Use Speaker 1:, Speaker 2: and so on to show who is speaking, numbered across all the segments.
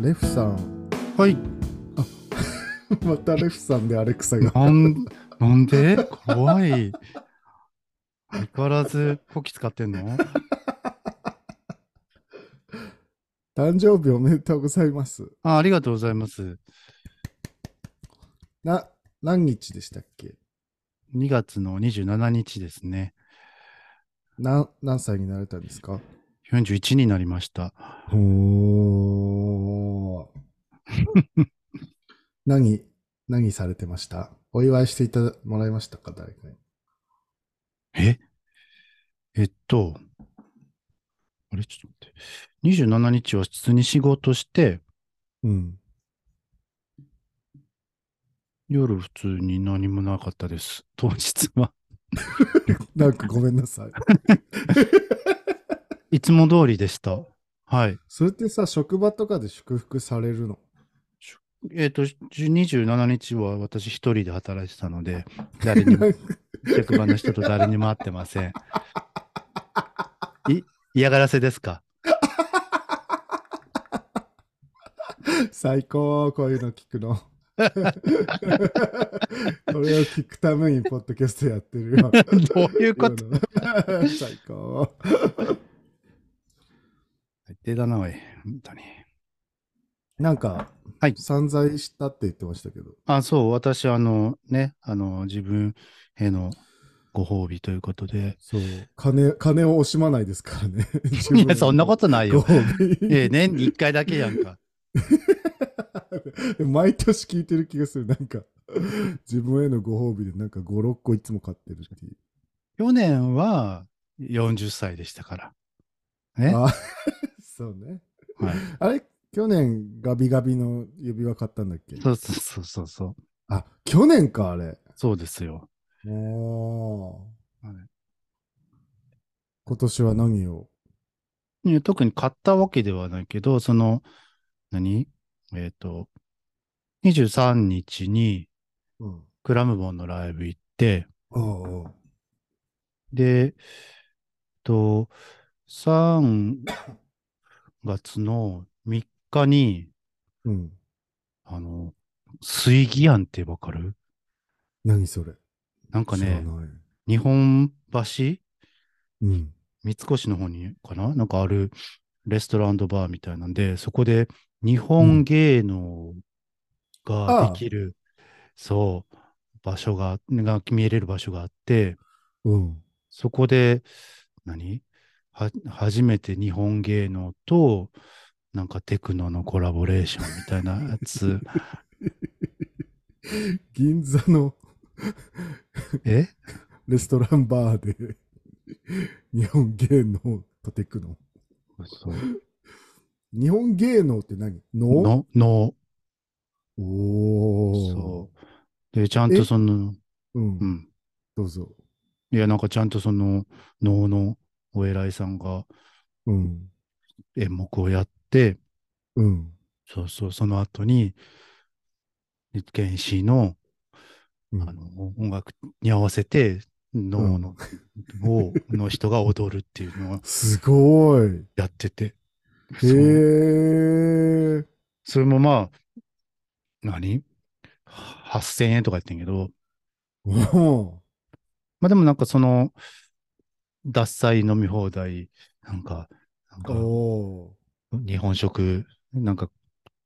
Speaker 1: レフさん、
Speaker 2: はい。
Speaker 1: またレフさんでアレクサが。
Speaker 2: なん、なんで怖い。相変わらず、ポキ使ってんの
Speaker 1: 誕生日おめでとうございます。
Speaker 2: あありがとうございます。
Speaker 1: な、何日でしたっけ
Speaker 2: 2月の27日ですね。
Speaker 1: な何歳になれたんですか
Speaker 2: 41になりました。
Speaker 1: ほー。 何、何されてましたお祝いしていただもらいましたか誰かに。
Speaker 2: ええっと、あれちょっと待って。27日は普通に仕事して、
Speaker 1: うん。
Speaker 2: 夜普通に何もなかったです。当日は。
Speaker 1: なんかごめんなさい。
Speaker 2: いつも通りでした。はい。
Speaker 1: それってさ、職場とかで祝福されるの
Speaker 2: えっ、と、27日は私一人で働いてたので、誰にも
Speaker 1: なんか
Speaker 2: 職場の人と誰にも会ってません。い嫌がらせですか
Speaker 1: 最高、こういうの聞くの。 これを聞くためにポッドキャストやってるよ。
Speaker 2: どういうこと
Speaker 1: 今の 最高。
Speaker 2: 最低だな、おい。本当に。
Speaker 1: なんか、
Speaker 2: はい
Speaker 1: 散財したって言ってましたけど。
Speaker 2: あ、そう、私、あの、ね、あの、自分へのご褒美ということで。
Speaker 1: そう。金、金を惜しまないですからね。 自分
Speaker 2: いや、そんなことない
Speaker 1: ご
Speaker 2: よ。
Speaker 1: 褒美
Speaker 2: ええ、年に1回だけやんか。
Speaker 1: 毎年聞いてる気がする。なんか、自分へのご褒美でなんか5、6個いつも買ってるっていう。
Speaker 2: 去年は40歳でしたから。ね。
Speaker 1: あそうね。
Speaker 2: はい、
Speaker 1: あれ去年ガビガビの指輪買ったんだっけ
Speaker 2: そうそうそうそうそう。
Speaker 1: あ、去年か、あれ。
Speaker 2: そうですよ。
Speaker 1: もう
Speaker 2: はい
Speaker 1: 今年は何を
Speaker 2: いや特に買ったわけではないけど、その、何えっ、と、23日に
Speaker 1: うん。
Speaker 2: クラムボンのライブ行って、
Speaker 1: おうおう
Speaker 2: で、えっと、3月の3日に、
Speaker 1: うん。
Speaker 2: あの、水義庵ってわかる
Speaker 1: 何それ
Speaker 2: なんか
Speaker 1: 知ら
Speaker 2: ね、
Speaker 1: ない。
Speaker 2: 日本橋
Speaker 1: うん。
Speaker 2: 三越の方にかななんかあるレストランバーみたいなんで、そこで日本芸能
Speaker 1: あ
Speaker 2: が
Speaker 1: あ
Speaker 2: できる、そう、場所が、が見れる場所があって、
Speaker 1: うん。
Speaker 2: そこで、何は、初めて日本芸能と、なんかテクノのコラボレーションみたいなや つ。
Speaker 1: 銀座の
Speaker 2: え
Speaker 1: レストランバーで 日本芸能とテクノ。
Speaker 2: そう。
Speaker 1: 日本芸能って何能
Speaker 2: の、の、
Speaker 1: おー
Speaker 2: そう。で、ちゃんと
Speaker 1: え
Speaker 2: その、
Speaker 1: う。ん。
Speaker 2: うん。
Speaker 1: どうぞ。
Speaker 2: いや、なんかちゃんとその、能のお偉いさんが
Speaker 1: うん。
Speaker 2: 演目をやって、
Speaker 1: うん。
Speaker 2: そうそう、その後に、立憲士の
Speaker 1: うん
Speaker 2: あの音楽に合わせて、能の、を、の人が踊るっていうのを
Speaker 1: すごい。
Speaker 2: やってて。
Speaker 1: へ
Speaker 2: そう
Speaker 1: え。
Speaker 2: それもまあ、何 ?8000 円とか言ってんけど、
Speaker 1: お
Speaker 2: まあでもなんかその、獺祭飲み放題、なんか、なん
Speaker 1: ー
Speaker 2: か、
Speaker 1: お
Speaker 2: 日本食、なんか、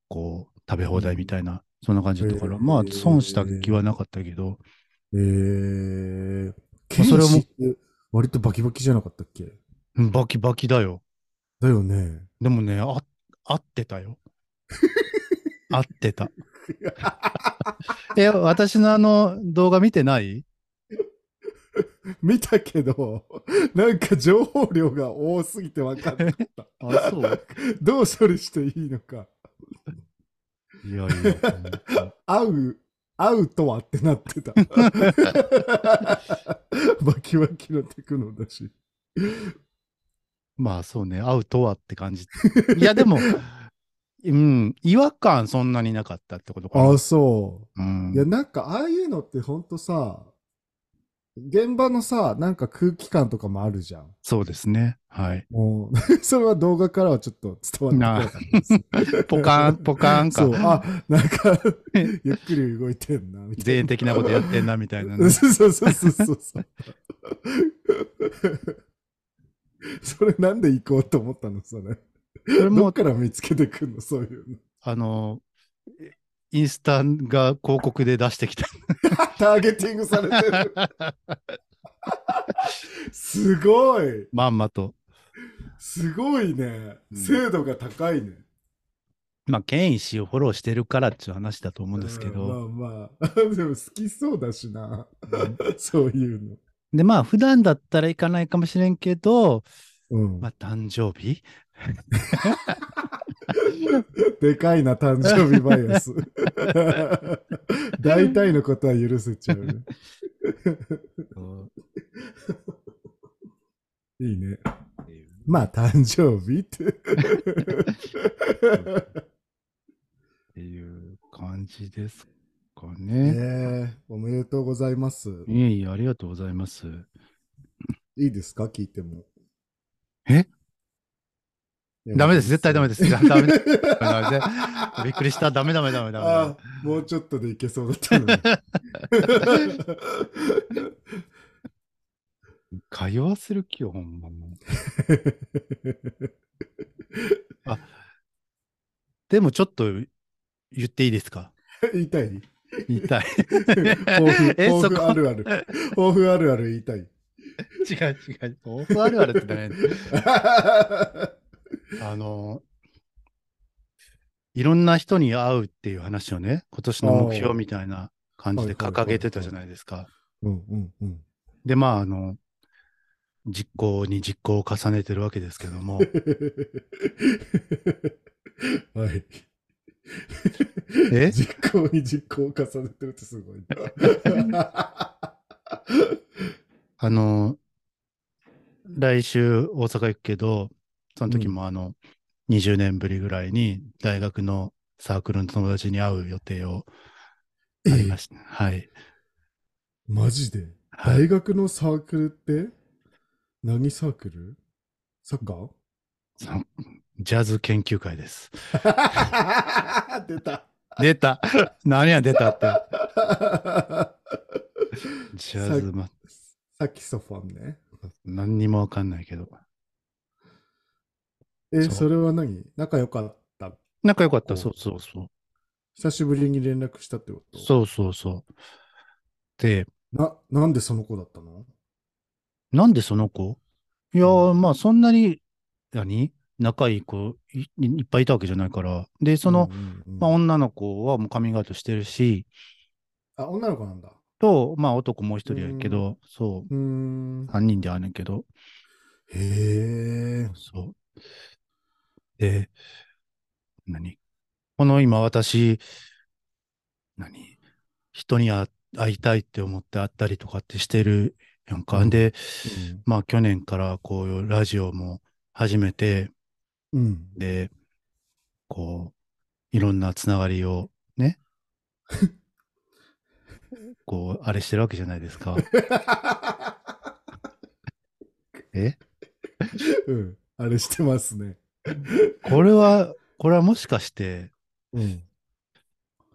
Speaker 2: こう、食べ放題みたいな、そんな感じだったから、まあ、
Speaker 1: へえ
Speaker 2: 損した気はなかったけど、
Speaker 1: ー。へえ。
Speaker 2: まあそれ
Speaker 1: 剣
Speaker 2: も
Speaker 1: 士って割とバキバキじゃなかったっけ
Speaker 2: うんバキバキだよ。
Speaker 1: だよね。
Speaker 2: でもね、あ、合ってた よ。合ってた。え、私のあの動画見てない
Speaker 1: 見たけど、なんか情報量が多すぎて分かん なかった。
Speaker 2: あ、そう。
Speaker 1: どう処理していいのか。
Speaker 2: いやいや、本当
Speaker 1: 合う、合うとはってなって た。バキバキのテクノだし。
Speaker 2: まあそうね、合うとはって 感じ。いや、でも、うん、違和感そんなになかったってことかな。
Speaker 1: あ、そうう。
Speaker 2: ん
Speaker 1: いや、なんかああいうのってほんとさ、現場のさ、なんか空気感とかもあるじゃん。
Speaker 2: そうですね。 はい。
Speaker 1: もう、それは動画からはちょっと伝わらなかったです。
Speaker 2: ポカーン、ポカーンか。
Speaker 1: そう、あ、なんか、 ゆっくり動いてんな、みたいな。
Speaker 2: 全員的なことやってんな、みたいな
Speaker 1: そう
Speaker 2: ね。
Speaker 1: そうそうそうそう。 それなんで行こうと思ったのそれ。
Speaker 2: それ
Speaker 1: どっ
Speaker 2: も、
Speaker 1: から見つけてくんのそういうの。
Speaker 2: あの、インスタが広告で出してきた。
Speaker 1: ターゲティングされてる。すごい
Speaker 2: まんまと。
Speaker 1: すごいね。
Speaker 2: うん
Speaker 1: 精度が高いね。
Speaker 2: まあ、ケンイ氏をフォローしてるからっていう話だと思うんですけど。
Speaker 1: うんまあま あ。でも好きそうだしな。
Speaker 2: うん
Speaker 1: そういうの。
Speaker 2: で、まあ、普段だったら行かないかもしれんけど、
Speaker 1: うん
Speaker 2: まあ、誕生日
Speaker 1: でかいな、誕生日バイア ス。大体のことは許せちゃうね。いいね。まあ、誕生日って。
Speaker 2: っていう感じで
Speaker 1: ね
Speaker 2: すか ね。
Speaker 1: え、おめでとうございます。
Speaker 2: いえいえ、ありがとうございます。
Speaker 1: いいですか聞いても。。
Speaker 2: えダメです。絶対ダメです す。ダメダメダメダメダメびっくりした。ダメダメダメダメダ
Speaker 1: あ
Speaker 2: メ。
Speaker 1: もうちょっとでいけそうだったのに。
Speaker 2: 会話する気よ、ほんまもう。でもちょっと言っていいですか
Speaker 1: 言いたい
Speaker 2: 言い たい。
Speaker 1: 抱負
Speaker 2: え
Speaker 1: 抱
Speaker 2: そ
Speaker 1: 負
Speaker 2: こ
Speaker 1: あるある。抱負あるある言いた い。
Speaker 2: 違う違 う。オフあるあるってね。あの、いろんな人に会うっていう話をね、今年の目標みたいな感じで掲げてたじゃないですか。
Speaker 1: うんうんうん。
Speaker 2: で、まあ、あの、実行に実行を重ねてるわけですけど も、
Speaker 1: はい。
Speaker 2: え
Speaker 1: 実行に実行を重ねてるってすごいな。
Speaker 2: あの、来週大阪行くけど、その時もあの、20年ぶりぐらいに大学のサークルの友達に会う予定をありました。はい。
Speaker 1: マジで
Speaker 2: はい
Speaker 1: 大学のサークルって何サークルサッカー
Speaker 2: そのジャズ研究会です。
Speaker 1: 出た。
Speaker 2: 出た 何や出たって。
Speaker 1: サ
Speaker 2: ジャズ、ま、
Speaker 1: キソフォンね。
Speaker 2: 何にもわかんないけど。
Speaker 1: え、
Speaker 2: そう
Speaker 1: それは何仲良かった
Speaker 2: 仲良かった。
Speaker 1: こう
Speaker 2: そうそうそう。
Speaker 1: 久しぶりに連絡したってこと
Speaker 2: そうそうそう。で、
Speaker 1: な、なんでその子だったの
Speaker 2: なんでその子いやー、
Speaker 1: うん
Speaker 2: まあそんなに、何仲いい子いいいっぱいいたわけじゃないから。で、その、、
Speaker 1: うんうんうん
Speaker 2: まあ、女の子はもうカミングアウトしてるし、
Speaker 1: あ、女の子なんだ。
Speaker 2: と、まあ男もう一人やけど、そう
Speaker 1: ーん
Speaker 2: う、。3人であるんやけど、
Speaker 1: へえ。
Speaker 2: そう。で、何この今私、何人に会会いたいって思って会ったりとかってしてるやんか。
Speaker 1: うん
Speaker 2: で、まあ去年からこうラジオも始めて、
Speaker 1: うん。
Speaker 2: で、こう、いろんなつながりを ね、こう、あれしてるわけじゃないですか。 え
Speaker 1: うん。あれしてますね。
Speaker 2: これは、これはもしかして、
Speaker 1: うん。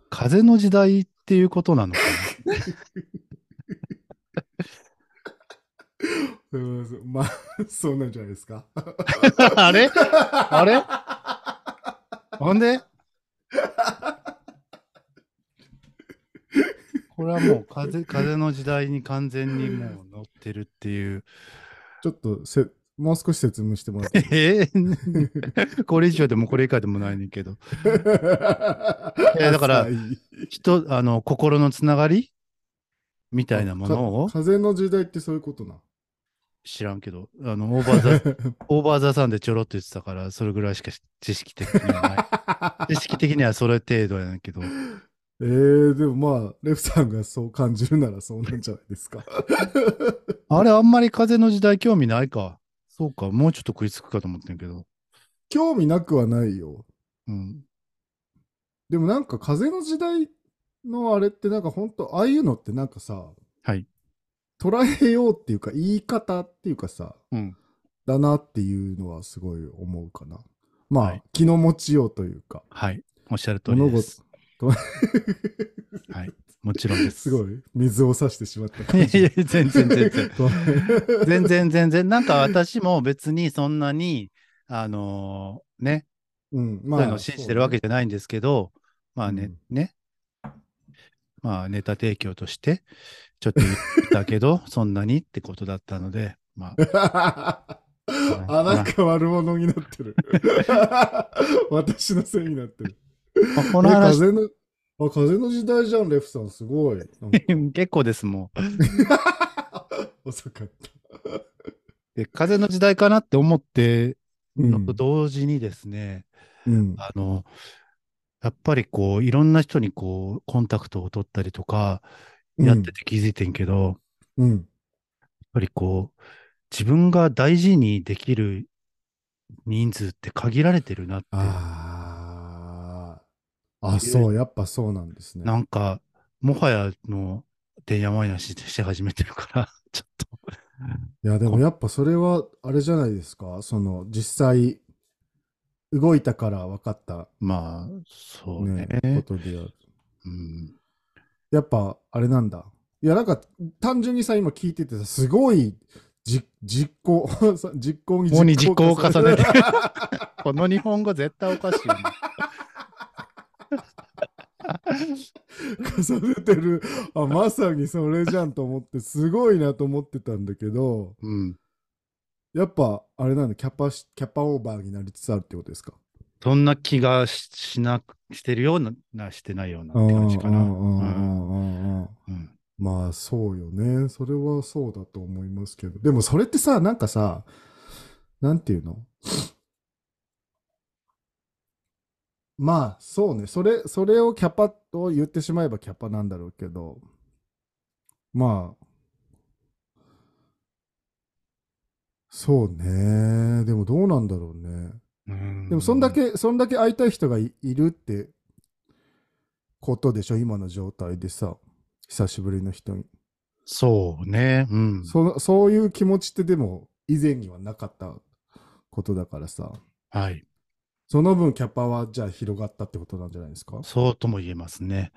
Speaker 2: 風の時代っていうことなのか
Speaker 1: うんまあ、 そうなんじゃないですか。
Speaker 2: な あれ
Speaker 1: あ
Speaker 2: れほんでこれはもう 風、風の時代に完全にもう乗ってるっていう。
Speaker 1: ちょっとせ、もう少し説明してもら っていい。
Speaker 2: えーこれ以上でもこれ以下でもないねんけど。
Speaker 1: い
Speaker 2: や だから
Speaker 1: いい
Speaker 2: 人、あの、心のつながりみたいなものを
Speaker 1: か風の時代ってそういうことな。
Speaker 2: 知らんけど、あの、オーバーザ、オーバーザさんでちょろっと言ってたから、それぐらいしか知識的にはない。 知識的にはそれ程度やねんけど、
Speaker 1: えー、でもまあ、レフさんがそう感じるならそうなんじゃないですか。
Speaker 2: あれあんまり風の時代興味ないか。そうか、もうちょっと食いつくかと思ってんけど。
Speaker 1: 興味なくはないよ。
Speaker 2: うん。
Speaker 1: でもなんか風の時代のあれってなんかほんと、ああいうのってなんかさ、
Speaker 2: はい。
Speaker 1: 捉えようっていうか、言い方っていうかさ、
Speaker 2: うん
Speaker 1: だなっていうのはすごい思うかな。まあ、
Speaker 2: はい
Speaker 1: 気の持ちようというか。
Speaker 2: はい。おっしゃる通りです。
Speaker 1: 物
Speaker 2: はい。もちろんです。
Speaker 1: すごい、水を差してしまった
Speaker 2: い
Speaker 1: 感
Speaker 2: やい
Speaker 1: じ。
Speaker 2: や、全然全然。
Speaker 1: 然。
Speaker 2: 全然全然。なんか私も別にそんなに、あのーね、
Speaker 1: うん、ま
Speaker 2: そういうのを支持してるわけじゃないんですけど、まあね、ね。まあネタ提供として、ちょっと言った けど、そんなにってことだったので、まあ、
Speaker 1: あ、なんか悪者になってる。 私のせいになってる。
Speaker 2: まあこの
Speaker 1: え
Speaker 2: 話、
Speaker 1: 風のあ風の時代じゃん、レフさん、すごい。なんか
Speaker 2: 結構ですもん。
Speaker 1: 遅かった。
Speaker 2: で、風の時代かなって思って、
Speaker 1: うん
Speaker 2: のと同時にですね、
Speaker 1: うん
Speaker 2: あの、やっぱりこう、いろんな人にこう、コンタクトを取ったりとか、やってて気づいてんけど、
Speaker 1: うん。
Speaker 2: やっぱりこう、自分が大事にできる人数って限られてるなって、
Speaker 1: ああ。あ、そう、やっぱそうなんですね。
Speaker 2: なんか、もはやの、てんやまいなしして始めてるから、ちょっと。
Speaker 1: いや、でもやっぱそれは、あれじゃないですか。その、実際、動いたから分かった、
Speaker 2: まあ、そうね
Speaker 1: ね。ことでやる。
Speaker 2: うん、
Speaker 1: やっぱ、あれなんだ。いや、なんか、単純にさ、今聞いててさ、すごい、じ実行、 さ実行に。
Speaker 2: ここに実行を重ねて この日本語絶対おかしいよね、
Speaker 1: 重ねてる。あ、まさにそれじゃんと思って、すごいなと思ってたんだけど、
Speaker 2: うん。
Speaker 1: やっぱ、あれなんだ、キャパし、キャパオーバーになりつつあるってことですか。
Speaker 2: そんな気がししなく、してるようなな、してないような
Speaker 1: うん
Speaker 2: って
Speaker 1: うん
Speaker 2: 感
Speaker 1: う
Speaker 2: じかな。
Speaker 1: んう
Speaker 2: う
Speaker 1: ん
Speaker 2: ん
Speaker 1: うんうん
Speaker 2: うん
Speaker 1: まあそうよね。それはそうだと思いますけど。でもそれってさ、なんかさ、なんていうの まあそうね。それ、それをキャパと言ってしまえばキャパなんだろうけど、まあ、そうね。でもどうなんだろうね。
Speaker 2: うん
Speaker 1: でもそんだけ、そんだけ会いたい人がいいるってことでしょ、今の状態でさ、久しぶりの人に。
Speaker 2: そうね。うん。
Speaker 1: そそういう気持ちってでも以前にはなかったことだからさ、
Speaker 2: はい。
Speaker 1: その分キャパはじゃあ広がったってことなんじゃないですか
Speaker 2: そうとも言えますね。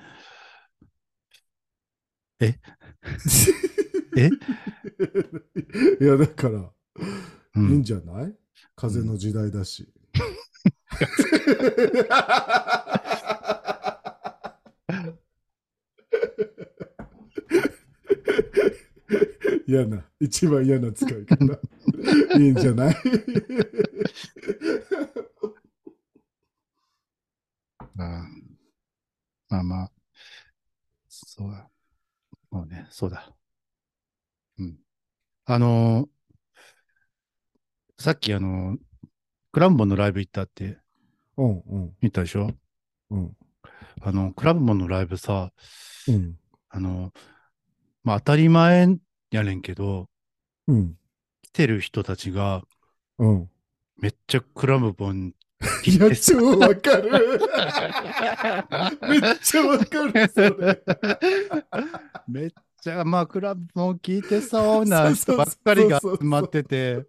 Speaker 2: え
Speaker 1: いや、だから、
Speaker 2: う
Speaker 1: いいん
Speaker 2: ん。
Speaker 1: じゃない風の時代だし。嫌な、一番嫌な使い方。いいんじゃない
Speaker 2: うんまあまあ。そうだ。もうね、そうだ。うん。あのーさっきあのークランボンのライブ行ったって
Speaker 1: うんうん
Speaker 2: 見たでしょ
Speaker 1: うん
Speaker 2: あの、クランボンのライブさ、
Speaker 1: うん
Speaker 2: あのーまあ当たり前やねんけど、
Speaker 1: うん
Speaker 2: 来てる人たちが
Speaker 1: うん。
Speaker 2: めっちゃクランボン
Speaker 1: い
Speaker 2: 聞い
Speaker 1: や、
Speaker 2: てさ
Speaker 1: 超わかる。 めっちゃわかる。それ
Speaker 2: めっちゃ、まあ、クラブも聞いてそうな人ばっかりが集まってて、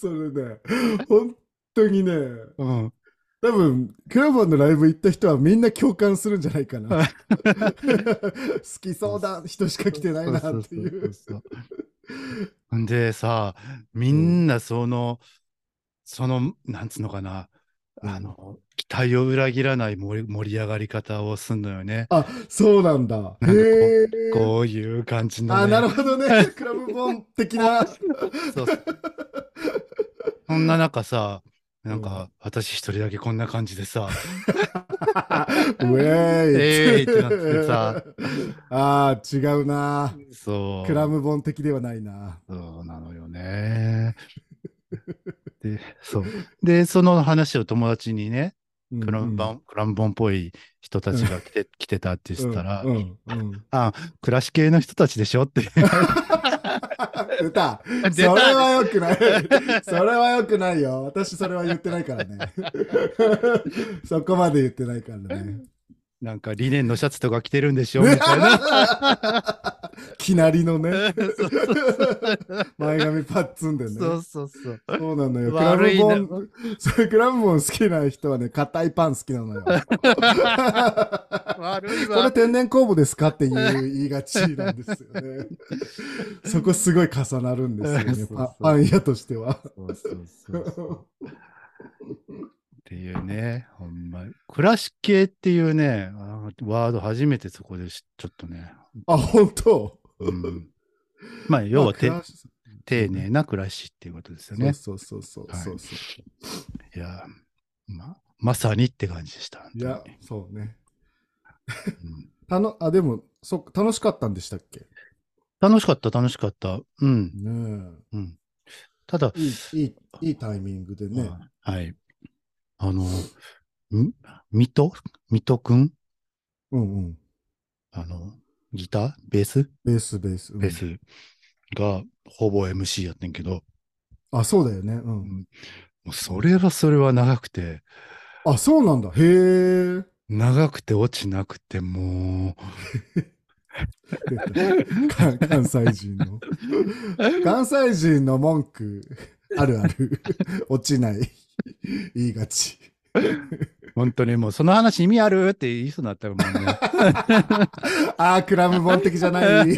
Speaker 1: それね、本当にね、
Speaker 2: うん。
Speaker 1: 多分クラボンのライブ行った人はみんな共感するんじゃないか な。好きそうだ人しか来てないなっていう。
Speaker 2: そうそうそうそう。んでさ、みんなその、その、なんつうのかな、
Speaker 1: うん
Speaker 2: あの、期待を裏切らない盛り盛り上がり方をすんのよね。
Speaker 1: あ、そうなんだ。
Speaker 2: なんかこう
Speaker 1: へえ。
Speaker 2: こういう感じの、ね。
Speaker 1: あ、なるほどね。クラブボン的な。
Speaker 2: そうそうそんな中さ、なんか、私一人だけこんな感じで さ、
Speaker 1: ウェイ
Speaker 2: えいってなってさ。
Speaker 1: ああ、違うな。
Speaker 2: そう。
Speaker 1: クラムボン的ではないな。
Speaker 2: そうなのよね。で、そう。で、その話を友達にね、
Speaker 1: うん
Speaker 2: クランボン、クランボンっぽい人たちが来て,、来てたって言ってたら、
Speaker 1: うんうんうん、
Speaker 2: 暮らし系の人たちでしょ って。
Speaker 1: 出たそ れ
Speaker 2: 出た
Speaker 1: はよくない それはよくないよ私それは言ってないからね そこまで言ってないからね
Speaker 2: なんか、リネンのシャツとか着てるんでしょみたいな。
Speaker 1: きなりのね、
Speaker 2: そう
Speaker 1: 前髪パッツンでね。
Speaker 2: そうそうそう。
Speaker 1: そうなのよ。クラブ
Speaker 2: 悪い
Speaker 1: ボ
Speaker 2: な
Speaker 1: ン、それクラブボン好きな人はね、硬いパン好きな のよ。
Speaker 2: 悪い
Speaker 1: これ
Speaker 2: わ。
Speaker 1: 天然酵母ですかっていう言いがちなんですよね。 そこすごい重なるんですよ
Speaker 2: そう
Speaker 1: ね、
Speaker 2: そう
Speaker 1: パパン屋としては。
Speaker 2: そうそうそうそうっていうね、ほんま。倉敷系っていうね、あーワード初めてそこでしちょっとね。
Speaker 1: あ、本当
Speaker 2: うん、 まあ、要はて
Speaker 1: まあクラ
Speaker 2: 丁寧な暮らしっていうことですよね。
Speaker 1: そうそうそうそう
Speaker 2: はい
Speaker 1: そうそう。
Speaker 2: いや、ま、まさにって感じでした。
Speaker 1: いや
Speaker 2: 本当に、
Speaker 1: そうね。
Speaker 2: うん
Speaker 1: たのあ、でも、そっか楽しかったんでしたっけ
Speaker 2: 楽しかった、楽しかった。うん。
Speaker 1: ね
Speaker 2: うん、ただ
Speaker 1: え。、いい、いい、いいタイミングでね。
Speaker 2: はい。あの、ん水戸水戸くん
Speaker 1: うんうん。
Speaker 2: あの、ギターベース
Speaker 1: ベース、ベース。うん
Speaker 2: ベースが、ほぼ MC やってんけど、
Speaker 1: あ、そうだよね。うん。
Speaker 2: もうそれはそれは長くて、
Speaker 1: あ、そうなんだ。へえ。
Speaker 2: 長くて落ちなくて、も
Speaker 1: 出た 関関西人 の。関西人の文句、あるある。落ちない。言いがち。
Speaker 2: う、本当にもう、その話意味あるって言いそうになったもんね。
Speaker 1: ああ、クラムボン的じゃない。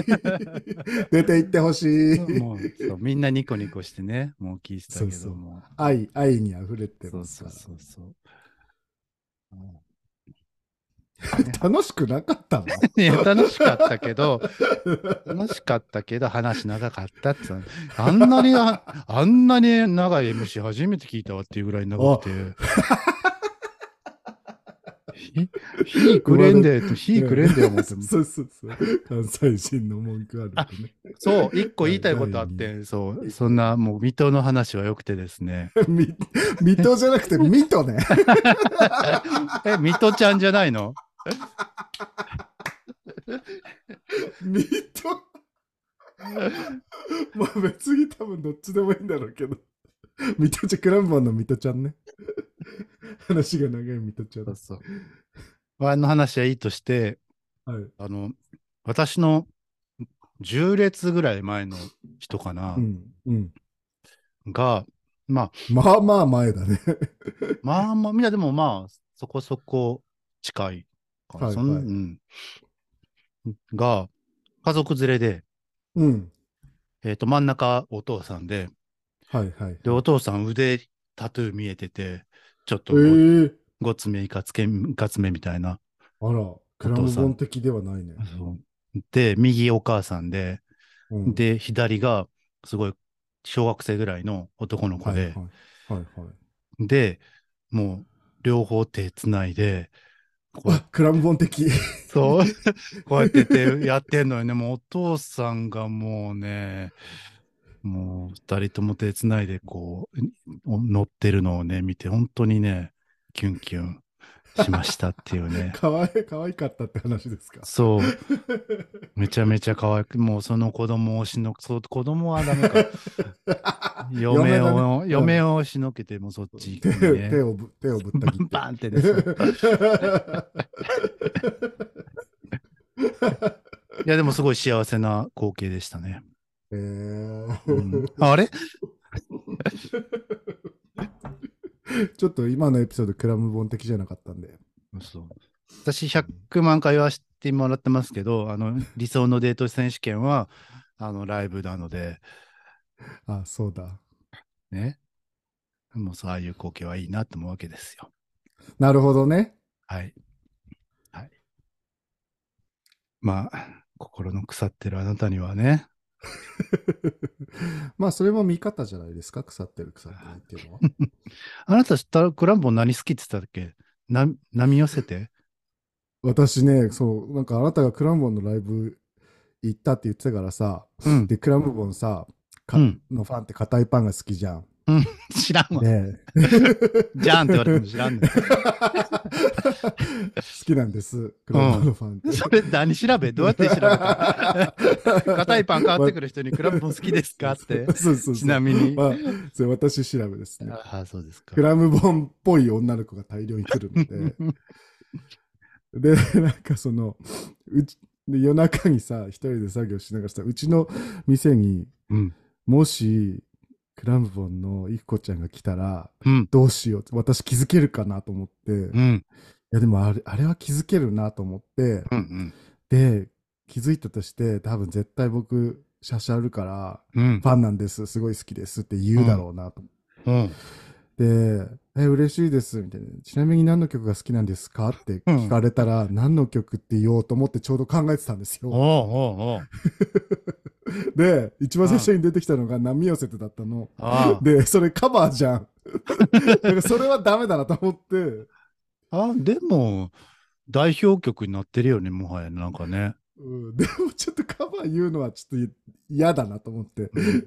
Speaker 1: 出て行ってほしい。
Speaker 2: もうそうみんなニコニコしてね、もう聞いてたけ
Speaker 1: そうそ
Speaker 2: ど
Speaker 1: う
Speaker 2: も。
Speaker 1: 愛、愛に溢れて
Speaker 2: そう
Speaker 1: ます
Speaker 2: そ
Speaker 1: か
Speaker 2: う
Speaker 1: ら。
Speaker 2: そうそう。
Speaker 1: 楽しくなかったの
Speaker 2: いや、楽しかったけど、楽しかったけど、話長かったって言ったの。あんなに、ああんなに長い MC 初めて聞いたわっていうぐらい長くて。ひ火くれんで、火くれんで思っ
Speaker 1: そ
Speaker 2: て。
Speaker 1: うそうそう。関西人の文句あるよね。
Speaker 2: そう、一個言いたいことあって、そう、そんな、もう、水戸の話は良くてです ね。
Speaker 1: み水戸じゃなくて、水戸 ね。
Speaker 2: え、水戸ちゃんじゃないの
Speaker 1: 水戸 まあ別に多分どっちでもいいんだろうけど。ミトちゃん、クランボンのミトちゃんね。 話が長いミトちゃん。
Speaker 2: そ
Speaker 1: は
Speaker 2: うそう。あの話はいいとして、
Speaker 1: い。
Speaker 2: あの、私の10列ぐらい前の人かな、
Speaker 1: うん。うん。
Speaker 2: が、ま
Speaker 1: まあまあ前だね。
Speaker 2: あ、まあまあ、みんなでもまあ、そこそこ近いかな
Speaker 1: はい
Speaker 2: そん
Speaker 1: はい
Speaker 2: うんが、家族連れで、
Speaker 1: うん。
Speaker 2: えっ、と、真ん中お父さんで、
Speaker 1: はいはい。
Speaker 2: で、お父さん腕タトゥー見えてて、ちょ
Speaker 1: え
Speaker 2: っとご,、
Speaker 1: ー、
Speaker 2: つめいかつけ、いかつめみたいな。
Speaker 1: あら、クラムボン的ではないね。
Speaker 2: で、右お母さんで、
Speaker 1: うん、
Speaker 2: で、左がすごい小学生ぐらいの男の子
Speaker 1: はい
Speaker 2: で、
Speaker 1: はい。はいはい。
Speaker 2: で、もう両方手つないで、こう
Speaker 1: あクラムボン的。
Speaker 2: そう、 こうやっててやってんのよね。もうお父さんがもうね、もう二人とも手つないでこう、乗ってるのをね、見て、本当にね、キュンキュンしましたっていうね。
Speaker 1: かわい、かわいかったって話ですか。
Speaker 2: そう、めちゃめちゃ可愛く、もうその子供をしのそう子供はダ メか。
Speaker 1: 嫁
Speaker 2: 嫁
Speaker 1: だね
Speaker 2: を、嫁をしのけて、もうそっち行く
Speaker 1: 手
Speaker 2: のね。
Speaker 1: 手をぶ手をぶった切って。
Speaker 2: バンって ね。そういや、でもすごい幸せな光景でしたね。
Speaker 1: えー
Speaker 2: うんあれ
Speaker 1: ちょっと今のエピソードクラムボン的じゃなかったんで。
Speaker 2: そう私、100万回はしてもらってますけど、あの、理想のデート選手権は、あの、ライブなので、
Speaker 1: あ、そうだ。
Speaker 2: ね。もう、そうああいう光景はいいなと思うわけですよ。
Speaker 1: なるほどね。
Speaker 2: はい。はい。まあ、心の腐ってるあなたにはね、
Speaker 1: まあ、それも見方じゃないですか。腐ってる、腐ってないっていう のは。
Speaker 2: あなた知ったクランボン何好きって言ってたっけな波寄せて
Speaker 1: 私ね、そう、なんかあなたがクラムボンのライブ行ったって言ってたからさ、
Speaker 2: うん。
Speaker 1: で、クラムボンさ、か
Speaker 2: うん
Speaker 1: のファンって硬いパンが好きじゃん。
Speaker 2: 知らんわ。
Speaker 1: ね
Speaker 2: じゃんって言われても知らんねん。
Speaker 1: え好きなんです、クラムボンのファン って。
Speaker 2: それ何調べどうやって調 べた硬いパン買ってくる人にクラブも好きですかって。
Speaker 1: そうそうそう
Speaker 2: ちなみに。
Speaker 1: まあ、それ私調べですね。
Speaker 2: ああ、そうですか
Speaker 1: ク。ラムボンっぽい女の子 が大量に来るので、で、なんかその、うちで、夜中にさ、一人で作業しながらさ、うちの店に、
Speaker 2: うん。
Speaker 1: もし、クラムボンのイクコちゃんが来たら、
Speaker 2: うん。
Speaker 1: どうしようって私気づけるかなと思って、い
Speaker 2: うん。
Speaker 1: やでもあれあれは気づけるなと思って、
Speaker 2: うん。
Speaker 1: で、気づいたとして、多分絶対僕、シャシャるから、
Speaker 2: うん
Speaker 1: フ。ァンなんです、すごい好きですって言うだろうなと思って
Speaker 2: うん。
Speaker 1: で、え、嬉しいです、みたいな。ちなみに何の曲が好きなんですかって聞かれたら、何の曲って言おうと思ってちょうど考えてたんです
Speaker 2: おう
Speaker 1: よ。
Speaker 2: おうおう。
Speaker 1: で、一番最初に出てきたのが波寄せてだったの。
Speaker 2: ああ。
Speaker 1: で、それカバーじゃ ん。だからそれはダメだなと思って、
Speaker 2: あ、でも、代表曲になってるよね、もはや、なんかね。
Speaker 1: うん、でもちょっとカバー言うのはちょっと嫌だなと思って。
Speaker 2: うん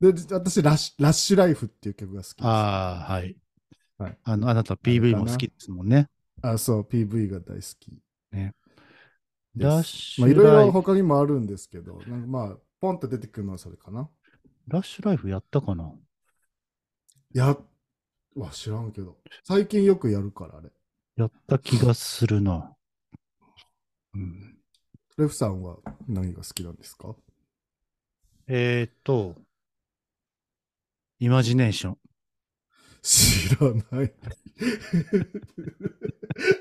Speaker 1: で、私ラッシュ、ラッシュライフっていう曲が好きです。
Speaker 2: ああ、はい
Speaker 1: はい。
Speaker 2: あの、あなた
Speaker 1: あれ
Speaker 2: PV
Speaker 1: かな
Speaker 2: も好きですもんね。
Speaker 1: あそう、PV が大好き。
Speaker 2: ね
Speaker 1: です。
Speaker 2: ラッシ
Speaker 1: まあ、い
Speaker 2: ュ
Speaker 1: ろい
Speaker 2: ライ
Speaker 1: ろ
Speaker 2: フ、
Speaker 1: 他にもあるんですけど、なんかまあ、ポンと出てくるのはそれかな。
Speaker 2: ラッシュライフやったかない
Speaker 1: や、わ、知らんけど。最近よくやるから、あれ。
Speaker 2: やった気がするな。うん、
Speaker 1: レフさんは何が好きなんですか
Speaker 2: えーっと、イマジネーション。
Speaker 1: 知ら ない。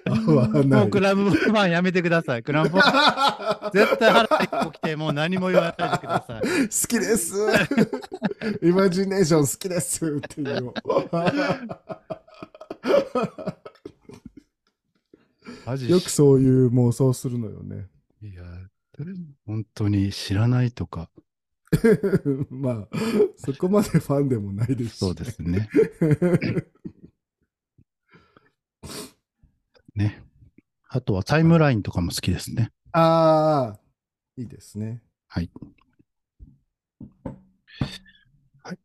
Speaker 1: 合わな
Speaker 2: もう
Speaker 1: い。
Speaker 2: クラムボファンやめてください。クラムボファン、絶対腹一個来て、もう何も言わないでくだ さい。
Speaker 1: 好きです。イマジネーション好きですっていう の。
Speaker 2: マジ
Speaker 1: よくそういう妄想するのよね。
Speaker 2: いや、本当に知らないとか。
Speaker 1: まあ、そこまでファンでもないですし。
Speaker 2: そうですね。ね。 あとはタイムラインとかも好きですね。
Speaker 1: ああ、いいですね。
Speaker 2: はい。はい。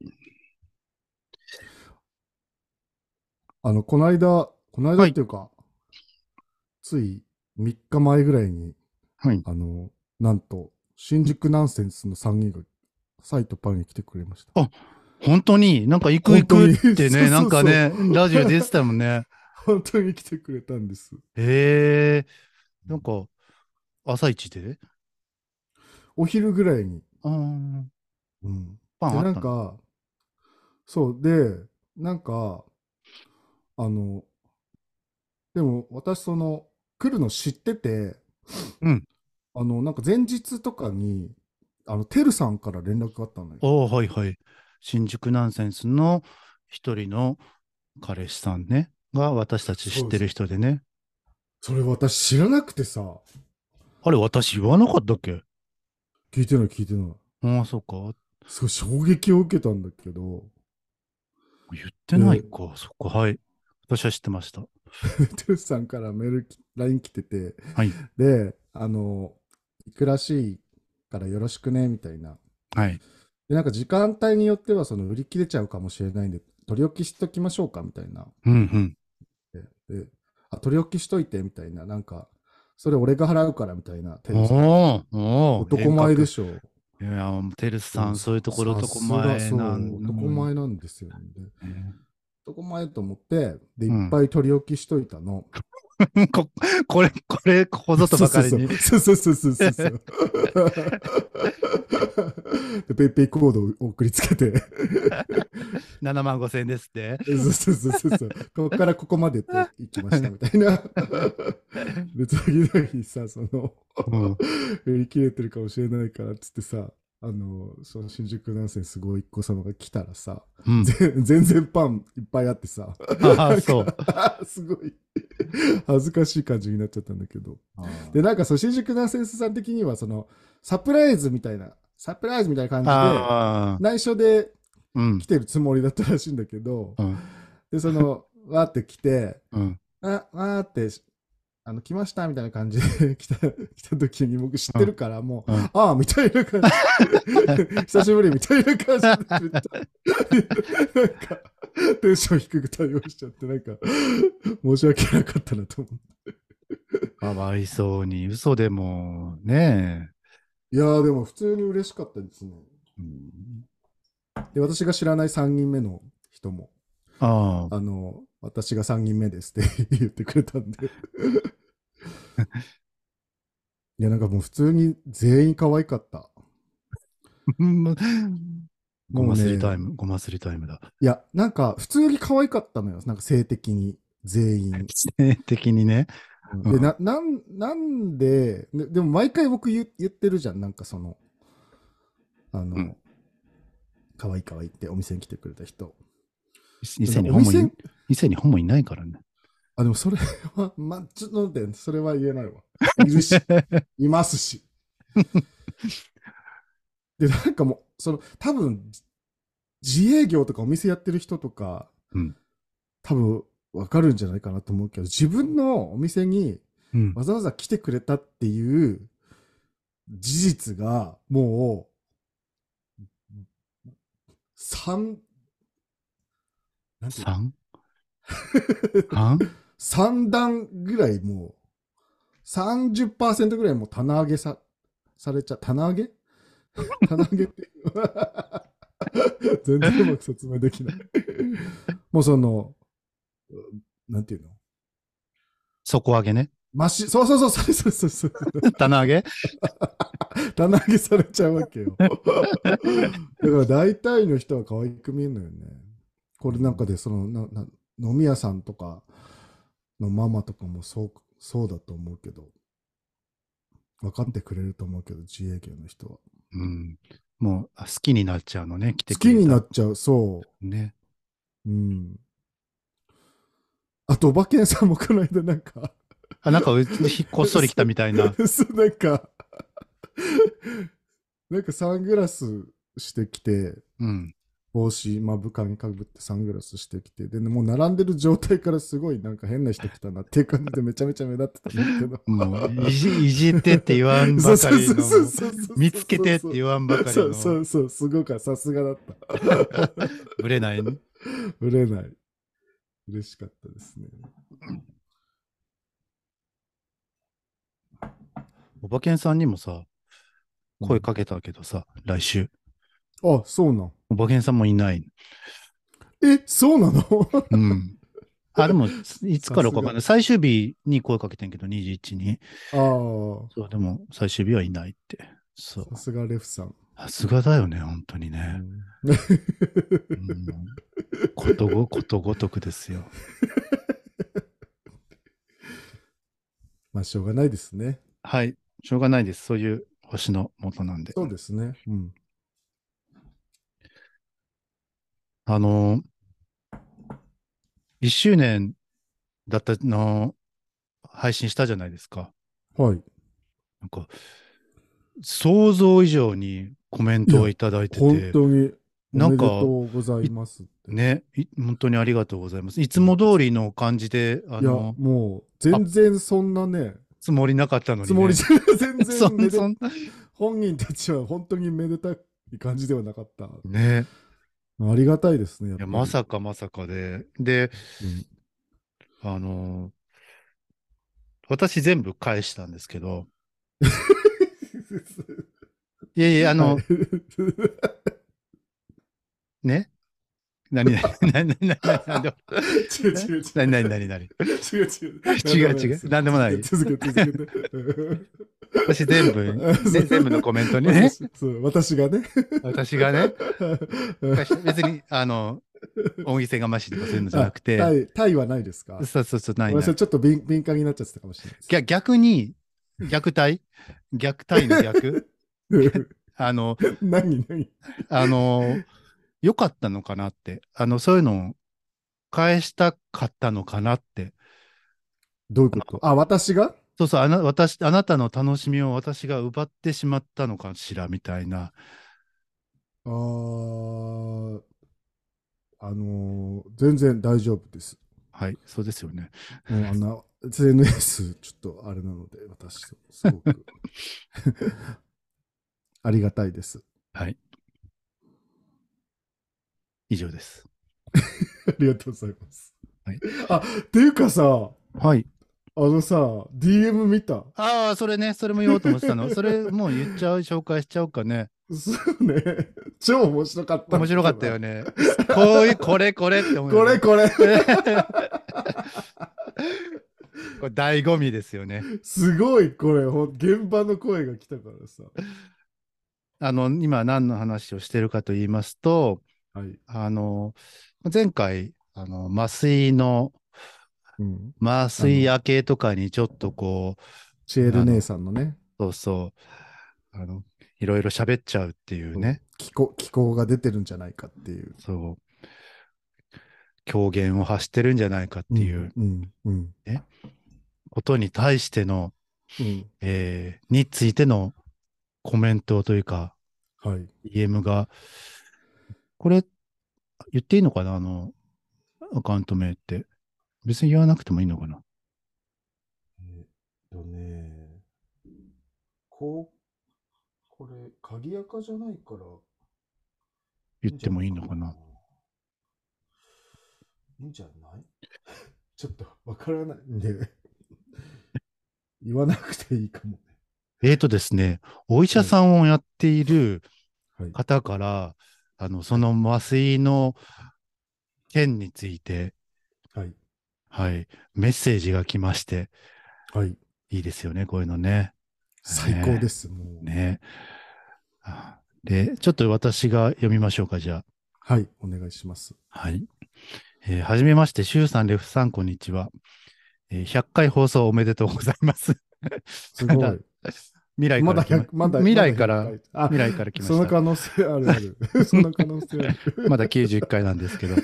Speaker 1: あの、この間、この間っていうか、つい3日前ぐらいに、
Speaker 2: はい。
Speaker 1: あの、なんと、新宿ナンセンスの3人が、サイとパンに来てくれました。
Speaker 2: 本当に、なんか行く行くって
Speaker 1: 本当に
Speaker 2: ね、なんかね、ラジオ出てたもんね。
Speaker 1: 本当に来てくれたんです。
Speaker 2: へえなんか、朝一で
Speaker 1: お昼ぐらいに。
Speaker 2: あー
Speaker 1: うん。
Speaker 2: パン
Speaker 1: で、
Speaker 2: あ
Speaker 1: な
Speaker 2: っ
Speaker 1: ん
Speaker 2: たの
Speaker 1: か、そう、で、なんか、あの、でも私、その、来るの知ってて、
Speaker 2: うん
Speaker 1: あの、なんか前日とかに、あの、てるさんから連絡があったのよ。
Speaker 2: おーはいはい。新宿ナンセンスの一人の彼氏さんね、が私たち知ってる人でね。
Speaker 1: それ私知らなくてさ、
Speaker 2: あれ、私言わなかったっけ
Speaker 1: 聞いてない聞いてない。
Speaker 2: ああ、そうか。
Speaker 1: すごい衝撃を受けたんだけど、
Speaker 2: 言ってないか。そっか、はい。私は知ってました。
Speaker 1: てるさんからメールき、LINE 来てて、
Speaker 2: はい。
Speaker 1: で、あの、行くらしいからよろしくね、みたいな。
Speaker 2: はい。
Speaker 1: で、なんか時間帯によってはその売り切れちゃうかもしれないんで、取り置きしときましょうか、みたいな。
Speaker 2: うんうん。
Speaker 1: で、であ、取り置きしといて、みたいな。なんか、それ俺が払うから、みたいな。てるさん
Speaker 2: おーおー
Speaker 1: 男前で
Speaker 2: し
Speaker 1: しょ。
Speaker 2: ょ。いや、もうテルスさん、そういうところ
Speaker 1: さす
Speaker 2: 男
Speaker 1: が
Speaker 2: 前
Speaker 1: そ
Speaker 2: なん
Speaker 1: う男前なんですよね。
Speaker 2: うん
Speaker 1: 男前と思って、で、
Speaker 2: うん
Speaker 1: いっぱい取り置きしといたの。
Speaker 2: ここれ、これ、こぞとばかりに。
Speaker 1: そうそうそうそうそうそう。 で、ペイペイコードを送りつけて、
Speaker 2: 7万5千円ですって。
Speaker 1: そうそうそうそうそう、ここからここまでって行きましたみたい な。で、次の日さ、その、
Speaker 2: うん
Speaker 1: 売り切れてるかもしれないからっつってさ、あの、その新宿南線すごい一個様が来たらさ、
Speaker 2: うん。
Speaker 1: ぜ全然パンいっぱいあってさ、
Speaker 2: ああ、そう。
Speaker 1: すごい、恥ずかしい感じになっちゃったんだけど。
Speaker 2: あー
Speaker 1: で、なんか、そう、新宿ナンセンスさん的には、その、サプライズみたいな、サプライズみたいな感
Speaker 2: あ
Speaker 1: じで、内緒で
Speaker 2: ー、うん
Speaker 1: 来。てるつもりだったらしいんだけど
Speaker 2: う、ん。
Speaker 1: で、その、わーって来て、
Speaker 2: うん。
Speaker 1: あ、わーって、あの、来ましたみたいな感じで 来た、来た時に僕知ってるから、もう、
Speaker 2: うん
Speaker 1: ああ、みたいな感じ。久しぶりみたいな感じで、めっちゃなんか、テンション低く対応しちゃって、なんか、申し訳なかったなと思って。
Speaker 2: かわいそうに、嘘でも、ね
Speaker 1: いやー、でも普通に嬉しかったですね。
Speaker 2: え。うん
Speaker 1: で、私が知らない3人目の人も、
Speaker 2: ああ、
Speaker 1: あの、私が3人目ですって言ってくれたんで。いや、なんかもう普通に全員可愛かった。
Speaker 2: ご
Speaker 1: もうね
Speaker 2: ますりタイム、ごますりタイムだ。
Speaker 1: いや、なんか普通に可愛かったのよ。なんか性的に、全 員。
Speaker 2: 性的に
Speaker 1: う
Speaker 2: ね。
Speaker 1: ん
Speaker 2: う
Speaker 1: で、
Speaker 2: ん
Speaker 1: な、なん、なんで、ででも毎回僕言言ってるじゃん。なんかその、あ
Speaker 2: う
Speaker 1: の
Speaker 2: ん、
Speaker 1: 可愛い可愛いってお店に来てくれた人。
Speaker 2: 店に
Speaker 1: お
Speaker 2: ホモい
Speaker 1: 店、
Speaker 2: 店にホモいないからね。
Speaker 1: あ、でもそれは、ま、ちょっと待って、それは言え ないわ。いるし、いますし。 で、なんかもう、その、多分、自営業とかお店やってる人とか、
Speaker 2: うん
Speaker 1: 多分、わかるんじゃないかなと思うけど、自分のお店に
Speaker 2: うん
Speaker 1: わざわざ来てくれたっていう事実が、もう、三、なんていうの
Speaker 2: 三 三
Speaker 1: 3段ぐらいもう、30%ぐらいもう棚上げさ、されちゃ、棚上げ 棚上げっていうのは 全然うまく説明できない。 もうその、なんていうの
Speaker 2: 底上 げね。
Speaker 1: マシ、そうそうそう、そうそうそうそう。
Speaker 2: 棚上げ
Speaker 1: 棚上げされちゃうわけよ。だから大体の人は可愛く見えるのよね。これなんかで、そのなな、飲み屋さんとかのママとかもそう、そうだと思うけど、分かってくれると思うけど、自営業の人は。
Speaker 2: うん。もう、あ好きになっちゃうのね。来て
Speaker 1: 好
Speaker 2: くれ
Speaker 1: き
Speaker 2: た
Speaker 1: になっちゃう、そ
Speaker 2: ね。
Speaker 1: う。うん。あと、おばけんさんもこの間なんか、
Speaker 2: あ、なんかう、こっそり来たみたいな。
Speaker 1: そうなんか、なんかサングラスしてきて、
Speaker 2: うん。
Speaker 1: 帽子、まあ、部下にかぶってサングラスしてきて、で、もう並んでる状態からすごいなんか変な人来たなっていう感じでめちゃめちゃ目立ってたんだけど。
Speaker 2: も う、いじ、いじってって言わん
Speaker 1: そう
Speaker 2: ばか
Speaker 1: そう
Speaker 2: り
Speaker 1: そう
Speaker 2: の。
Speaker 1: そうそうそう
Speaker 2: 見つけてって言わんばかり
Speaker 1: そうそ
Speaker 2: の。
Speaker 1: うそう、すごくさすがだった。
Speaker 2: ぶれないね。
Speaker 1: 売れない。嬉しかったですね。
Speaker 2: おばけんさんにもさ、声かけたけどさ、来週。
Speaker 1: あ、そうなん。
Speaker 2: おばけんさんもいない。
Speaker 1: え、そうなの
Speaker 2: うん。あ、でも、いつからかわかんない。
Speaker 1: さ
Speaker 2: 最終日に声かけてんけど、21に。
Speaker 1: あ
Speaker 2: そう、でも、最終日はいないって。そう
Speaker 1: あ、。さすがレフさん。
Speaker 2: さすがだよね、本当に
Speaker 1: う
Speaker 2: ね。
Speaker 1: ん
Speaker 2: うんことご、ことごとくですよ。
Speaker 1: まあ、しょうがないですね。
Speaker 2: はい。しょうがないです。そういう星の元なんで。
Speaker 1: そうですね。うん。
Speaker 2: あのー、1周年だったの、配信したじゃないですか。
Speaker 1: はい。
Speaker 2: なんか、想像以上にコメントをいただいて
Speaker 1: 本
Speaker 2: て、
Speaker 1: 当に、お
Speaker 2: な
Speaker 1: め
Speaker 2: ん
Speaker 1: で
Speaker 2: か
Speaker 1: とうございますって。
Speaker 2: ね、い本当にありがとうございます。いつも通りの感じで、あ
Speaker 1: いや、
Speaker 2: の、
Speaker 1: もう、全然そんなね、
Speaker 2: つもりなかったのに、ね。
Speaker 1: つもりじゃ、 全
Speaker 2: そ
Speaker 1: 然
Speaker 2: ん
Speaker 1: めで
Speaker 2: そんな
Speaker 1: 本人たちは本当にめでたい感じではなかった。
Speaker 2: ね。
Speaker 1: ありがたいですね、やっ
Speaker 2: い
Speaker 1: ぱ
Speaker 2: や、
Speaker 1: り
Speaker 2: まさかまさかで、で、
Speaker 1: うん
Speaker 2: あのー、私全部返したんですけど、 いやいや、あの、
Speaker 1: はい
Speaker 2: ね。何々、何々、何々、何々、
Speaker 1: 違う違う違う。
Speaker 2: 何々、何々。
Speaker 1: 違う違う。
Speaker 2: 違う違うなんでもない
Speaker 1: 続けて続けて。うん
Speaker 2: 私全部、 ね全部のコメントにね、
Speaker 1: 私そう私がね。
Speaker 2: 私 がね、
Speaker 1: うん
Speaker 2: 別に、あの、恩義せがましいとかそういうのじゃなくて、
Speaker 1: あタイタイはないですか
Speaker 2: そうそうそう、ない
Speaker 1: ごめん
Speaker 2: な
Speaker 1: なさい
Speaker 2: い
Speaker 1: ちょっと敏敏感になっちゃってたかもしれないです
Speaker 2: 逆逆に、虐待虐待の逆あの、
Speaker 1: 何何
Speaker 2: あの、良かったのかなって、あの、そういうのを返したかったのかなって、
Speaker 1: どういうことあ、私が
Speaker 2: そうそう、あな私あなたの楽しみを私が奪ってしまったのかしらみたいな、
Speaker 1: あーあのー全然大丈夫です。
Speaker 2: はい、そうですよね。
Speaker 1: もうあんな SNS ちょっとあれなので、私、すごく ありがたいです。
Speaker 2: はい。以上です。
Speaker 1: ありがとうございます。
Speaker 2: はい
Speaker 1: あっていうかさ、
Speaker 2: はい。
Speaker 1: あのさ、DM 見た。
Speaker 2: ああ、それね、それも言おうと思って たの。それもう言っちゃう、紹介しちゃおうかね。
Speaker 1: そうね。超面白かった。
Speaker 2: 面白かったよ。ね。こういう、これ、これって思う
Speaker 1: こ
Speaker 2: よ
Speaker 1: れ
Speaker 2: ね。
Speaker 1: これ。
Speaker 2: これ醍醐味ですよね。
Speaker 1: すごいこれほん現場の声が来たからさ
Speaker 2: あの、今何の話をしてるかと言いますと、
Speaker 1: はい、
Speaker 2: あの、前回、あの、麻酔の、
Speaker 1: うん、
Speaker 2: 麻酔明けとかにちょっとこう、
Speaker 1: シエル姉さんのね
Speaker 2: そうそう、あの、いろいろ喋っちゃうっていうね、
Speaker 1: 気候気候が出てるんじゃないかっていう
Speaker 2: そう、狂言を発してるんじゃないかっていう
Speaker 1: うんうん
Speaker 2: ことに対しての、
Speaker 1: うん、
Speaker 2: えーについてのコメントというか、
Speaker 1: うん、はい
Speaker 2: DM が、これ、言っていいのかなあの、アカウント名って。別に言わなくてもいいのかな
Speaker 1: えっとね、こう、これ、鍵垢じゃないから。
Speaker 2: 言ってもいいのかない
Speaker 1: いんじゃない ちょっとわからないんで、言わなくていいかもね。
Speaker 2: えーとですね、お医者さんをやっている
Speaker 1: はい。
Speaker 2: 方から、あの、その麻酔の件について、
Speaker 1: はい。
Speaker 2: はい、メッセージが来まして、
Speaker 1: はい。
Speaker 2: いいですよね、こういうのね。
Speaker 1: 最高です、もう。
Speaker 2: ね。あで、ちょっと私が読みましょうか、じゃあ。
Speaker 1: はい、お願いします。
Speaker 2: はい。えーはじめまして、シュウさん、レフさん、こんにちは。えー100回放送おめでとうございます。
Speaker 1: す ご
Speaker 2: ま
Speaker 1: い。
Speaker 2: 未来か
Speaker 1: ま
Speaker 2: ら
Speaker 1: だ
Speaker 2: 来ま
Speaker 1: 100、まだ
Speaker 2: 未来から、
Speaker 1: まだ100あ
Speaker 2: 未、来から来ま
Speaker 1: その
Speaker 2: し
Speaker 1: 可能性あるあ る。その可能性ある。
Speaker 2: た。まだ91回なんですけど。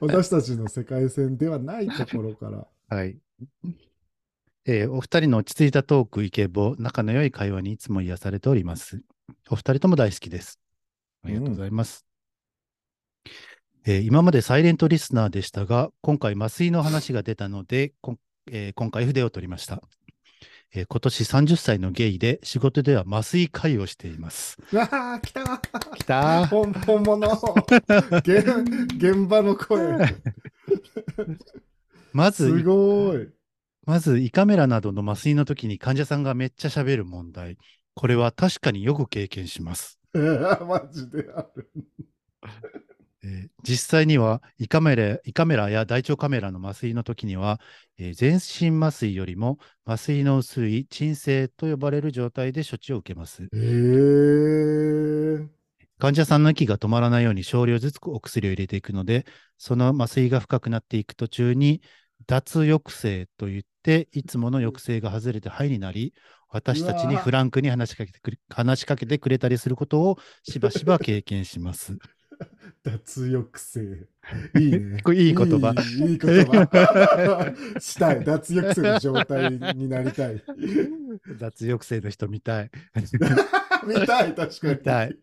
Speaker 1: 私たちの世界線ではないところから。
Speaker 2: はい。えーお二人の落ち着いたトーク、イケボ、仲の良い会話にいつも癒されております。お二人とも大好きです。ありがとうございます。えー今までサイレントリスナーでしたが、今回麻酔の話が出たので、こんえー今回筆を取りました。えー今年30歳のゲイで、仕事では麻酔会をしています。
Speaker 1: わあ、来た
Speaker 2: きたー
Speaker 1: 本本物現現場の声。
Speaker 2: ますず、
Speaker 1: ごい。
Speaker 2: まず胃カメラなどの麻酔の時に患者さんがめっちゃ喋る問題。これは確かによく経験します。
Speaker 1: えー マジである。
Speaker 2: えー実際には胃カメラ胃カメラや大腸カメラの麻酔の時には、えー全身麻酔よりも麻酔の薄い鎮静と呼ばれる状態で処置を受けます
Speaker 1: えー、
Speaker 2: 患者さんの息が止まらないように少量ずつお薬を入れていくのでその麻酔が深くなっていく途中に脱抑制といっていつもの抑制が外れて肺になり私たちにフランクに話しかけてくれ話しかけてくれたりすることをしばしば経験します。。
Speaker 1: 脱抑制。いいね
Speaker 2: これいい言葉。
Speaker 1: いいいい言葉。 したい。脱抑制の状態になりた い。
Speaker 2: 雑抑制の人見たい。
Speaker 1: 見たい、確かに。
Speaker 2: 見たい。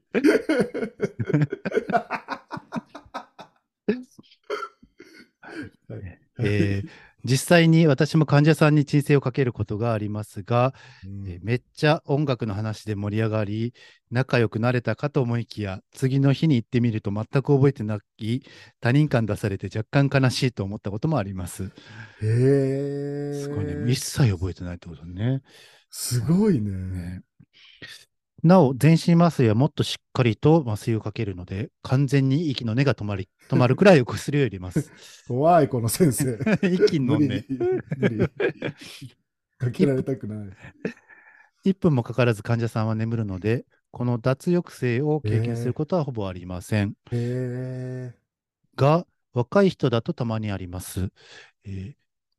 Speaker 2: えー実際に私も患者さんに鎮静をかけることがありますが、えーめっちゃ音楽の話で盛り上がり、仲良くなれたかと思いきや、次の日に行ってみると全く覚えてない、他人感出されて若干悲しいと思ったこともあります。
Speaker 1: えー、
Speaker 2: すごいね。一切覚えてないってことね。
Speaker 1: すごいね。
Speaker 2: ねなお、全身麻酔はもっとしっかりと麻酔をかけるので、完全に息の根が止まり止まるくらいお薬を入れます。
Speaker 1: 怖い、この先生。
Speaker 2: 息の
Speaker 1: 無
Speaker 2: 根
Speaker 1: 理。無理。かけられたくない。
Speaker 2: 1分もかからず患者さんは眠るので、この脱抑制を経験することはほぼありません。
Speaker 1: へえ。
Speaker 2: が、若い人だとたまにあります。えー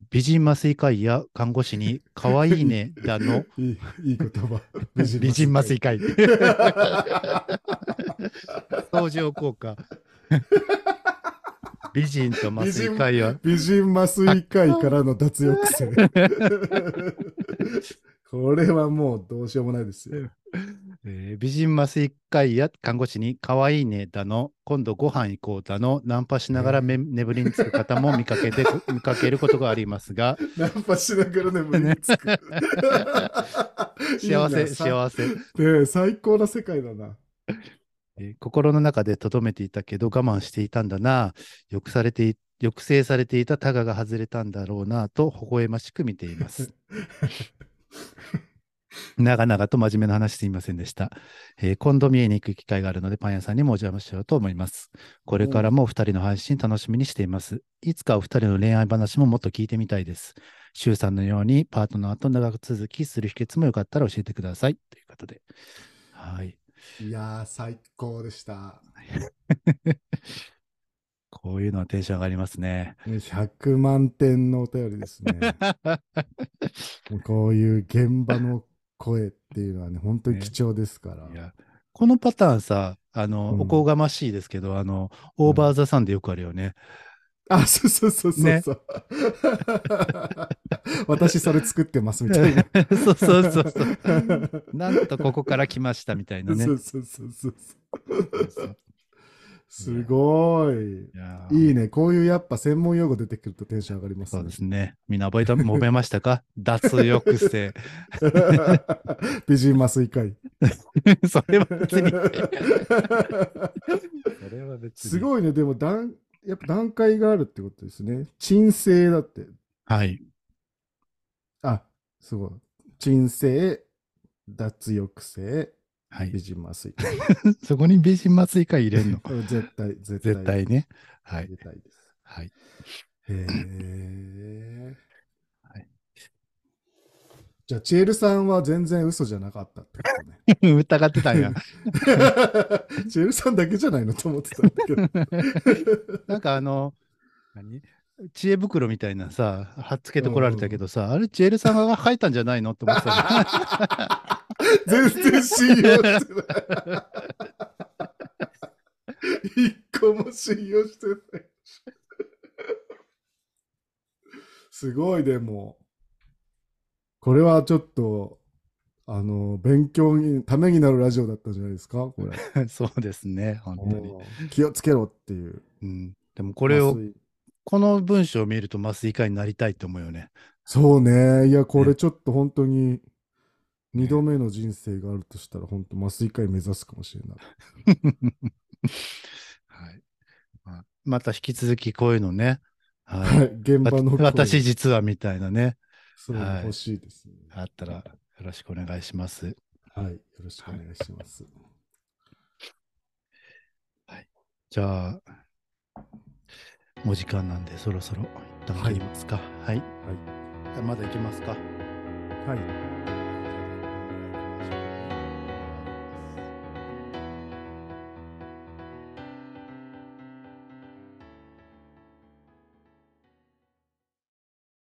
Speaker 2: 美人麻酔科医や看護師に、可愛いねだ の、
Speaker 1: いい、いい言葉。
Speaker 2: 美人麻酔科医。 相乗効果。 美人と麻酔科医は、
Speaker 1: 美人麻酔科医からの脱抑 制。これはもうどうしようもないですよ。
Speaker 2: えー美人麻酔科医や看護師に、可愛いねだの、今度ご飯行こうだの、ナンパしながら め眠りにつく方も見かけて見かけることがありますが、
Speaker 1: ナンパしながら眠りにつく。
Speaker 2: 幸せ、
Speaker 1: せ。
Speaker 2: 幸せ。
Speaker 1: で、最高な世界だな。
Speaker 2: えー心の中で留めていたけど我慢していたんだな抑されてい抑制されていたタガが 外れたんだろうなと微笑ましく見ています。長々と真面目な話すみませんでした、えー今度見えに行く機会があるので、パン屋さんにもお邪魔しようと思います。これからもお二人の配信楽しみにしています。いつかお二人の恋愛話ももっと聞いてみたいです。周さんのようにパートナーと長く続きする秘訣もよかったら教えてください。ということで。はい。
Speaker 1: いやー、最高でした。
Speaker 2: こういうのはテンション上がります ね。
Speaker 1: 100万点のお便りですね。 もうこういう現場の声っていうのはね、本当に貴重ですから。
Speaker 2: いやこのパターンさ、あの、
Speaker 1: うん
Speaker 2: おこがましいですけど、あの、オーバーザさんでよくあるよ ね。
Speaker 1: あ、そうそうそうそうそう。 私それ作ってますみたいな。
Speaker 2: そうそうそうそう。なんとここから来ましたみたいなね
Speaker 1: そ。うそうそうそう
Speaker 2: そうそう
Speaker 1: すごい。
Speaker 2: いやー
Speaker 1: いいね。こういうやっぱ専門用語出てくるとテンション上がります
Speaker 2: そう
Speaker 1: ね
Speaker 2: で。すね。みんな覚えた、もめました か脱抑制。
Speaker 1: 美人麻酔科医。
Speaker 2: それは別に。それは別
Speaker 1: す
Speaker 2: い。
Speaker 1: ごいね。でも段、やっぱ段階があるってことですね。鎮静だって。
Speaker 2: はい。
Speaker 1: あ、すごい。鎮静、脱抑制、
Speaker 2: は
Speaker 1: 美
Speaker 2: い。
Speaker 1: 人麻酔。
Speaker 2: そこに美人麻酔科医入れるの。
Speaker 1: うん 絶対、絶対。
Speaker 2: 絶対ね。はい。
Speaker 1: 絶対です。
Speaker 2: はい。
Speaker 1: へ え。
Speaker 2: はい
Speaker 1: じゃあ、チエルさんは全然嘘じゃなかったってこと ね。
Speaker 2: 疑ってたんや。
Speaker 1: チエルさんだけじゃないのと思ってたんだけど。
Speaker 2: なんかあの、何知恵袋みたいなさ、貼っつけてこられたけどさ、あれ、チエルさんが書いたんじゃないのって思ってた
Speaker 1: 全然信用してない。一個も信用してない。すごい、でも。これはちょっと、あの、勉強に、ためになるラジオだったんじゃないですかこれ。
Speaker 2: の。そうですね、本当に。
Speaker 1: うん気をつけろっていう。
Speaker 2: うん、でもこれを
Speaker 1: 麻、酔
Speaker 2: この文章を見ると麻酔科医になりたいと思うよね。
Speaker 1: そうね。いや、これ
Speaker 2: ね
Speaker 1: ちょっと本当に、二度目の人生があるとしたら、本当麻酔科医目指すかもしれない。
Speaker 2: はいまあまた引き続きこういうのね。はい
Speaker 1: はい。 現
Speaker 2: わ
Speaker 1: 場の声
Speaker 2: 私、実はみたいなね、
Speaker 1: そういうの
Speaker 2: はい
Speaker 1: 欲しいですね。
Speaker 2: あったらよろしくお願いします。
Speaker 1: はい。よろしくお願いします。
Speaker 2: じゃあ、もう時間なんでそろそろ一旦切りますか。はい。まだ行きますか。
Speaker 1: はい。